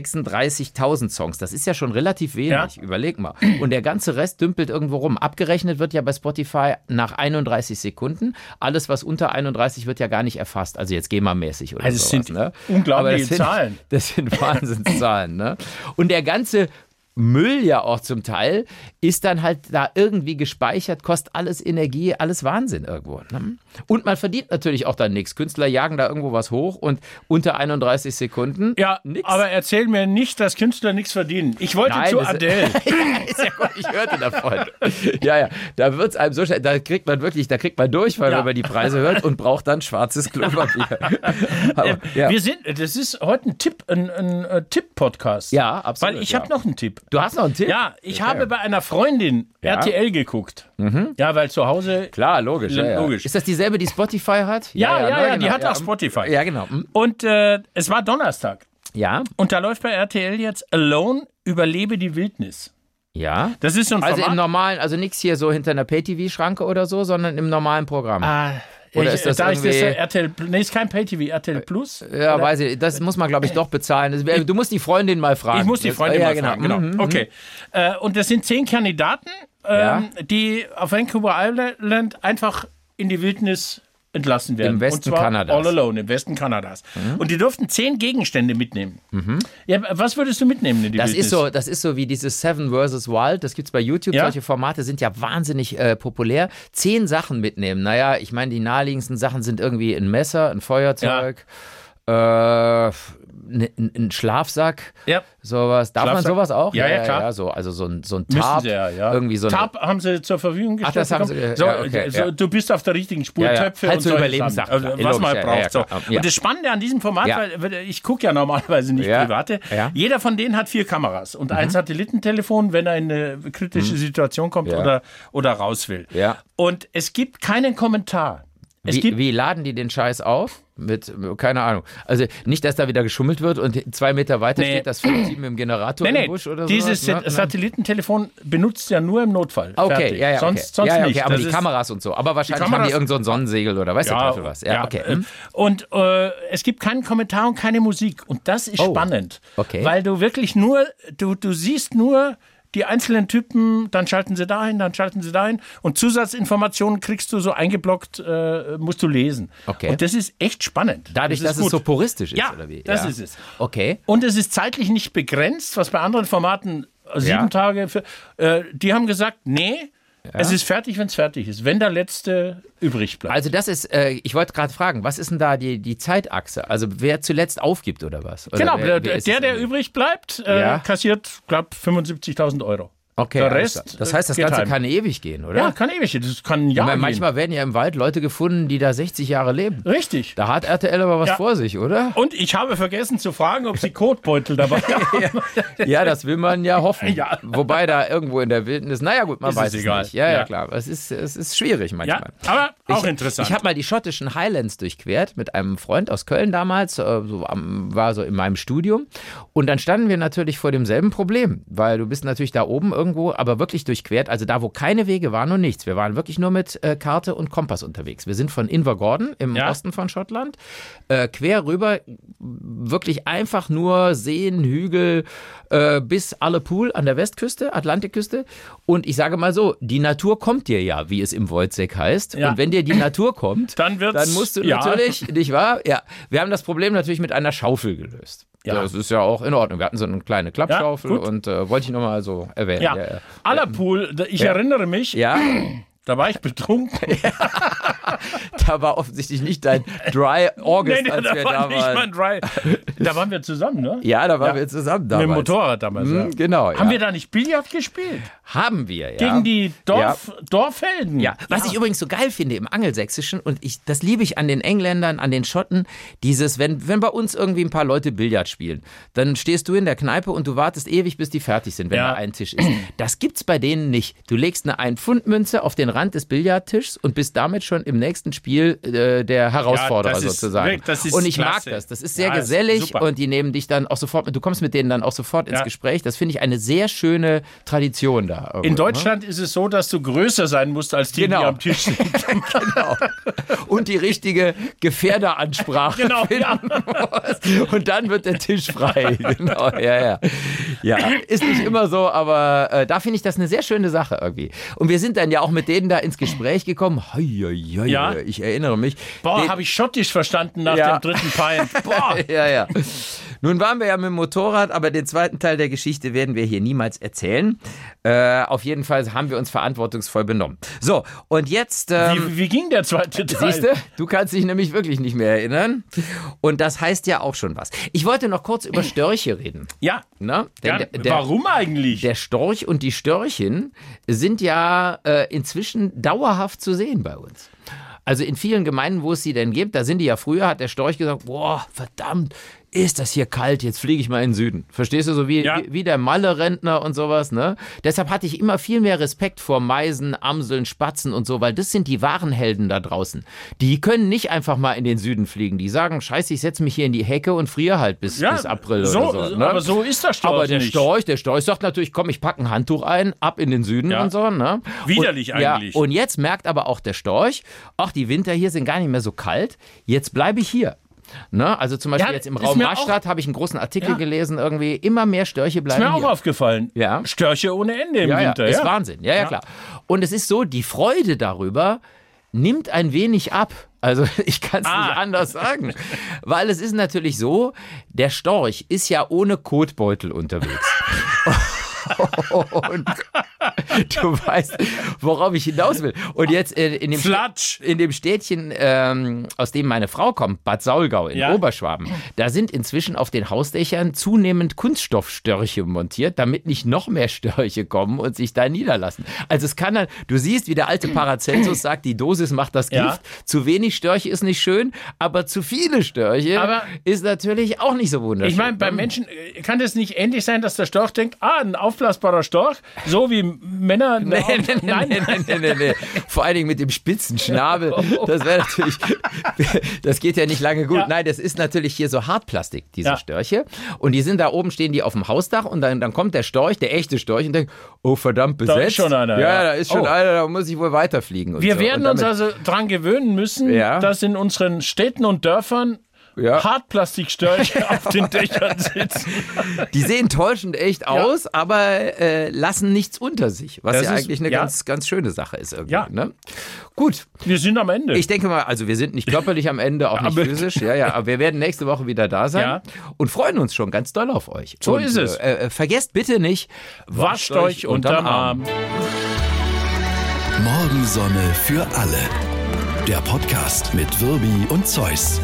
S2: 436.000 Songs. Das ist ja schon relativ wenig,
S3: Ja.
S2: überleg mal. Und der ganze Rest dümpelt irgendwo rum. Abgerechnet wird ja bei Spotify nach 31 Sekunden. Alles, was unter 31 wird ja gar nicht erfasst. Also jetzt GEMA-mäßig oder
S3: Also es
S2: sowas.
S3: sind
S2: ne?
S3: unglaubliche
S2: Aber das sind,
S3: Zahlen.
S2: Das sind Wahnsinnszahlen. Ne? Und der ganze Müll ja auch zum Teil ist dann halt da irgendwie gespeichert, kostet alles Energie, alles Wahnsinn irgendwo. Ne? Und man verdient natürlich auch dann nichts. Künstler jagen da irgendwo was hoch und unter 31 Sekunden
S3: ja,
S2: nix.
S3: aber erzähl mir nicht, dass Künstler nichts verdienen. Ich wollte
S2: Nein,
S3: zu
S2: das-
S3: Adele.
S2: ist ja gut, ich hörte davon. Ja, ja, da wird's einem so schnell, da kriegt man wirklich, da kriegt man Durchfall,
S3: Ja.
S2: wenn man die Preise hört und braucht dann schwarzes Klopapier. Aber, ja.
S3: Wir sind, das ist heute ein Tipp, ein, ein, äh, Tipp-Podcast.
S2: Ja, absolut,
S3: Weil ich
S2: ja.
S3: habe noch einen Tipp.
S2: Du hast noch einen Tipp?
S3: Ja, ich habe bei einer Freundin
S2: Ja. Mhm.
S3: RTL geguckt. Ja, weil zu Hause.
S2: Klar, logisch. Ja, ja.
S3: Logisch.
S2: Ist das dieselbe, die Spotify hat?
S3: Ja, ja, ja,
S2: ne,
S3: die
S2: genau,
S3: hat auch Spotify.
S2: Ja, genau. Hm.
S3: Und äh, es war Donnerstag.
S2: Ja,
S3: Und da läuft bei RTL jetzt Alone überlebe die Wildnis.
S2: ja.
S3: Das ist so ein
S2: Also im
S3: Format.
S2: normalen, also nichts hier so hinter einer Pay-TV-Schranke oder so, sondern im normalen Programm.
S3: Ah,
S2: Oder
S3: ich-
S2: ist das
S3: da ich das
S2: irgendwie-
S3: äh, RTL, Pl- nee, ist kein Pay-TV, RTL Plus.
S2: ja, weiß ich, das muss man, glaube ich, doch bezahlen. Das, wär- du musst die Freundin mal fragen.
S3: Ich muss die
S2: Das-
S3: Freundin
S2: ja,
S3: mal fragen, genau.
S2: Mhm.
S3: Okay. Äh, und das sind zehn Kandidaten, ähm, die auf Vancouver Island einfach in die Wildnis entlassen werden.
S2: Im Westen
S3: und zwar
S2: Kanadas. Mhm.
S3: All alone, im Westen Kanadas. Und die durften zehn Gegenstände mitnehmen. Ja, was würdest du mitnehmen in die
S2: Das
S3: Wildnis?
S2: ist, so, das ist so wie dieses Seven vs. Wild, das gibt's bei YouTube.
S3: Ja.
S2: Solche Formate sind ja wahnsinnig äh, populär. Zehn Sachen mitnehmen. Naja, ich meine, die naheliegendsten Sachen sind irgendwie ein Messer, ein Feuerzeug, äh, ne- ein ein Schlafsack,
S3: Ja.
S2: sowas. Darf man
S3: Schlafsack?
S2: sowas auch?
S3: Ja, ja, klar.
S2: so, also so ein, so ein
S3: Müssen
S2: Tarp.
S3: sie ja, ja.
S2: Irgendwie so ein
S3: Tarp haben sie zur Verfügung gestellt.
S2: das haben sie-
S3: bekommen.
S2: ja, okay,
S3: so,
S2: ja.
S3: Du bist auf der richtigen Spur,
S2: Ja, ja.
S3: Töpfe
S2: Halt
S3: und
S2: so
S3: solche
S2: Überlebenssachen,
S3: Sachen,
S2: klar.
S3: Also, was man
S2: Logisch, ja, ja,
S3: braucht. so.
S2: klar. Ja.
S3: Und das Spannende an diesem Format,
S2: Ja.
S3: weil weil ich gucke ja normalerweise nicht
S2: Ja.
S3: private,
S2: Ja. Mhm.
S3: jeder von denen hat vier Kameras und ein Satellitentelefon, wenn er in eine kritische Situation kommt
S2: Ja.
S3: oder, oder raus will.
S2: Ja.
S3: Und es gibt keinen Kommentar. Es
S2: Wie,
S3: gibt
S2: wie laden die den Scheiß auf? Mit, keine Ahnung. Also nicht, dass da wieder geschummelt wird und zwei Meter weiter
S3: Nee.
S2: steht das 47 mit dem Generator
S3: Nee,
S2: im
S3: nee,
S2: Busch oder
S3: dieses
S2: sowas. ne?
S3: Sat- Satellitentelefon benutzt ja nur im Notfall.
S2: Ah, Okay,
S3: Fertig.
S2: ja, ja, okay.
S3: Sonst, sonst
S2: ja, ja, okay,
S3: nicht.
S2: Aber
S3: Das
S2: die
S3: ist-
S2: Kameras und so. Aber wahrscheinlich haben
S3: Kameras-
S2: die irgend so ein Sonnensegel oder weiß der Teufel was. Ja, okay.
S3: äh,
S2: Hm?
S3: Und äh, es gibt keinen Kommentar und keine Musik. Und das ist
S2: Oh.
S3: spannend.
S2: Okay.
S3: Weil du wirklich nur, du, du siehst nur die einzelnen Typen, dann schalten sie dahin, dann schalten sie dahin. Und Zusatzinformationen kriegst du so eingeblockt, äh, musst du lesen.
S2: Okay.
S3: Und das ist echt spannend.
S2: Dadurch,
S3: das
S2: dass
S3: ist
S2: es
S3: gut.
S2: so puristisch ist,
S3: Ja,
S2: oder wie?
S3: das ist es.
S2: Okay.
S3: Und es ist zeitlich nicht begrenzt, was bei anderen Formaten äh, sieben
S2: Ja.
S3: Tage. Für, äh, die haben gesagt, nee, es ist fertig, wenn es fertig ist, wenn der letzte übrig bleibt.
S2: Also das ist, äh, ich wollte gerade fragen, was ist denn da die, die Zeitachse? Also wer zuletzt aufgibt oder was? Oder
S3: genau,
S2: wer,
S3: der,
S2: wer
S3: der,
S2: ist es
S3: der
S2: denn?
S3: übrig bleibt, äh,
S2: Ja.
S3: kassiert, glaube 75.000 Euro.
S2: Okay,
S3: der
S2: alles
S3: Rest,
S2: klar. das heißt, das
S3: äh, geht
S2: Ganze
S3: heim.
S2: kann ewig gehen, oder?
S3: Ja, kann ewig, das kann ein
S2: Ich
S3: Jahr
S2: meine,
S3: gehen.
S2: manchmal werden ja im Wald Leute gefunden, die da 60 Jahre leben.
S3: Richtig.
S2: Da hat RTL aber was
S3: Ja.
S2: vor sich, oder?
S3: Und ich habe vergessen zu fragen, ob sie Kotbeutel dabei haben.
S2: Ja, das will man ja hoffen.
S3: Ja.
S2: Wobei da irgendwo in der Wildnis, naja gut, man
S3: Ist es
S2: weiß es,
S3: egal.
S2: nicht. Ja, ja,
S3: Ja.
S2: klar. Es ist, es ist schwierig
S3: Ja,
S2: manchmal.
S3: aber auch
S2: ich,
S3: interessant.
S2: Ich habe mal die schottischen Highlands durchquert mit einem Freund aus Köln damals, äh, so am, war so in meinem Studium. Und dann standen wir natürlich vor demselben Problem, weil du bist natürlich da oben irgendwo, aber wirklich durchquert, also da, wo keine Wege waren und nichts. Wir waren wirklich nur mit äh, Karte und Kompass unterwegs. Wir sind von Invergordon im
S3: Ja.
S2: Osten von Schottland äh, quer rüber, wirklich einfach nur Seen, Hügel äh, bis Allepool an der Westküste, Atlantikküste. Und ich sage mal so, die Natur kommt dir ja, wie es im Wolzek heißt.
S3: Ja.
S2: Und wenn dir die Natur kommt,
S3: Dann wird's-
S2: dann musst du
S3: ja.
S2: natürlich, nicht wahr? Ja, wir haben das Problem natürlich mit einer Schaufel gelöst.
S3: Ja.
S2: Das ist ja auch in Ordnung. Wir hatten so eine kleine Klappschaufel
S3: Ja, gut.
S2: und äh, wollte ich nochmal so erwähnen.
S3: ja.
S2: Ja, ja.
S3: Allerpool, ich erinnere mich,
S2: ja,
S3: da war ich betrunken.
S2: da war offensichtlich nicht dein Dry August,
S3: Nee, nee,
S2: als
S3: da
S2: wir
S3: war
S2: da
S3: nicht
S2: waren.
S3: mein Dry. Da waren wir zusammen, ne?
S2: Ja, da waren
S3: Ja.
S2: wir zusammen
S3: Mit
S2: damals.
S3: dem Motorrad damals.
S2: Hm,
S3: ja.
S2: Genau. ja.
S3: Haben wir da nicht Billard gespielt?
S2: Haben wir, ja.
S3: Gegen die Dorf, Dorfhelden?
S2: Ja. Was ich übrigens so geil finde im Angelsächsischen und ich, das liebe ich an den Engländern, an den Schotten, dieses, wenn, wenn bei uns irgendwie ein paar Leute Billard spielen, dann stehst du in der Kneipe und du wartest ewig, bis die fertig sind, wenn
S3: Ja.
S2: da ein Tisch ist. Das gibt's bei denen nicht. Du legst eine Ein-Pfund-Münze auf den Rand des Billardtischs und bist damit schon im nächsten Spiel äh, der Herausforderer
S3: Ja, das ist
S2: sozusagen.
S3: wirklich- das ist
S2: und ich
S3: klasse.
S2: mag das. Das ist sehr
S3: Ja, das ist
S2: gesellig
S3: super.
S2: und die nehmen dich dann auch sofort mit. Du kommst mit denen dann auch sofort ins
S3: Ja.
S2: Gespräch. Das finde ich eine sehr schöne Tradition da. irgendwo,
S3: In
S2: ne?
S3: Deutschland ist es so, dass du größer sein musst als die,
S2: Genau.
S3: die am Tisch sind.
S2: genau. Und die richtige Gefährderansprache
S3: Genau,
S2: finden
S3: ja.
S2: muss. Und dann wird der Tisch frei. Genau, ja, ja. Ja, ist nicht immer so, aber äh, da finde ich das eine sehr schöne Sache irgendwie. Und wir sind dann ja auch mit denen da ins Gespräch gekommen. Hei, hei, hei,
S3: Ja.
S2: Ich erinnere mich.
S3: Boah,
S2: Den-
S3: habe ich Schottisch verstanden nach
S2: Ja.
S3: dem dritten Pint. Boah.
S2: ja, ja. Nun waren wir ja mit dem Motorrad, aber den zweiten Teil der Geschichte werden wir hier niemals erzählen. Äh, auf jeden Fall haben wir uns verantwortungsvoll benommen. So, und jetzt. Ähm,
S3: Wie, wie ging der zweite Teil?
S2: Siehst du, du kannst dich nämlich wirklich nicht mehr erinnern. Und das heißt ja auch schon was. Ich wollte noch kurz über Störche reden.
S3: Ja.
S2: Ne?
S3: ja.
S2: Denn der, der,
S3: Warum eigentlich?
S2: der Storch und die Störchen sind ja äh, inzwischen dauerhaft zu sehen bei uns. Also in vielen Gemeinden, wo es sie denn gibt, da sind die ja früher, hat der Storch gesagt, boah, verdammt, ist das hier kalt, jetzt fliege ich mal in den Süden. Verstehst du, so wie,
S3: Ja.
S2: wie, wie der Malle-Rentner und sowas, ne? Deshalb hatte ich immer viel mehr Respekt vor Meisen, Amseln, Spatzen und so, weil das sind die wahren Helden da draußen. Die können nicht einfach mal in den Süden fliegen. Die sagen, scheiße, ich setze mich hier in die Hecke und friere halt bis,
S3: ja,
S2: bis April
S3: so,
S2: oder so. Ne?
S3: Aber so ist der Storch
S2: Aber der
S3: nicht.
S2: Storch, der Storch sagt natürlich, komm, ich packe ein Handtuch ein, ab in den Süden
S3: Ja.
S2: und so. Ne?
S3: Widerlich
S2: und,
S3: eigentlich.
S2: Ja, und jetzt merkt aber auch der Storch, ach, die Winter hier sind gar nicht mehr so kalt, jetzt bleibe ich hier. Ne? Also zum Beispiel
S3: Ja,
S2: jetzt im
S3: ist
S2: Raum
S3: mir auch-
S2: Rastatt habe ich einen großen Artikel
S3: Ja.
S2: gelesen, irgendwie immer mehr Störche
S3: Ist
S2: bleiben
S3: mir auch
S2: hier.
S3: aufgefallen.
S2: Ja.
S3: Störche ohne Ende im
S2: ja, ja,
S3: Winter.
S2: ist
S3: ja.
S2: Wahnsinn. Ja, ja, klar. Und es ist so, die Freude darüber nimmt ein wenig ab. Also ich kann es
S3: Ah.
S2: nicht anders sagen. Weil es ist natürlich so, der Storch ist ja ohne Kotbeutel unterwegs. Und du weißt, worauf ich hinaus will. Und jetzt äh, in dem
S3: Flatsch.
S2: in dem Städtchen, ähm, aus dem meine Frau kommt, Bad Saulgau in
S3: Ja.
S2: Oberschwaben, da sind inzwischen auf den Hausdächern zunehmend Kunststoffstörche montiert, damit nicht noch mehr Störche kommen und sich da niederlassen. Also es kann dann, du siehst, wie der alte Paracelsus sagt, die Dosis macht das Gift.
S3: Ja.
S2: Zu wenig Störche ist nicht schön, aber zu viele Störche
S3: Aber-
S2: ist natürlich auch nicht so wunderschön.
S3: Ich meine, bei
S2: ne?
S3: Menschen äh, kann das nicht ähnlich sein, dass der Storch denkt, ah, ein aufblasbarer Storch, so wie Männer. eine
S2: Nee,
S3: Auf-
S2: nee, nee, nee, nee, nee, nee. Vor allen Dingen mit dem spitzen Schnabel. Das wäre natürlich, das geht ja nicht lange gut.
S3: Oh. Ja.
S2: Nein, das ist natürlich hier so Hartplastik, diese
S3: Ja.
S2: Störche. Und die sind da oben, stehen die auf dem Hausdach und dann, dann kommt der Storch, der echte Storch und denkt, oh verdammt, besetzt.
S3: schon einer,
S2: Ja,
S3: ja.
S2: da ist schon
S3: Oh.
S2: einer, da muss ich wohl weiterfliegen. Und
S3: Wir
S2: so.
S3: werden
S2: und
S3: uns
S2: damit-
S3: also dran gewöhnen müssen,
S2: Ja.
S3: dass in unseren Städten und Dörfern
S2: Ja.
S3: Hartplastikstörche auf den Dächern sitzen.
S2: Die sehen täuschend echt aus, aber äh, lassen nichts unter sich, was
S3: Das
S2: ja
S3: ist-
S2: eigentlich eine
S3: ja.
S2: ganz, ganz schöne Sache ist irgendwie.
S3: Ja.
S2: Ne? Gut,
S3: Wir sind am Ende.
S2: ich denke mal, also wir sind nicht körperlich am Ende, auch nicht
S3: Aber-
S2: physisch, ja, ja, aber wir werden nächste Woche wieder da sein
S3: Ja.
S2: und freuen uns schon ganz doll auf euch.
S3: So
S2: und,
S3: ist es.
S2: Äh, äh, vergesst bitte nicht,
S3: Wascht euch unterm Arm.
S1: Morgensonne für alle. Der Podcast mit Wirbi und Zeus.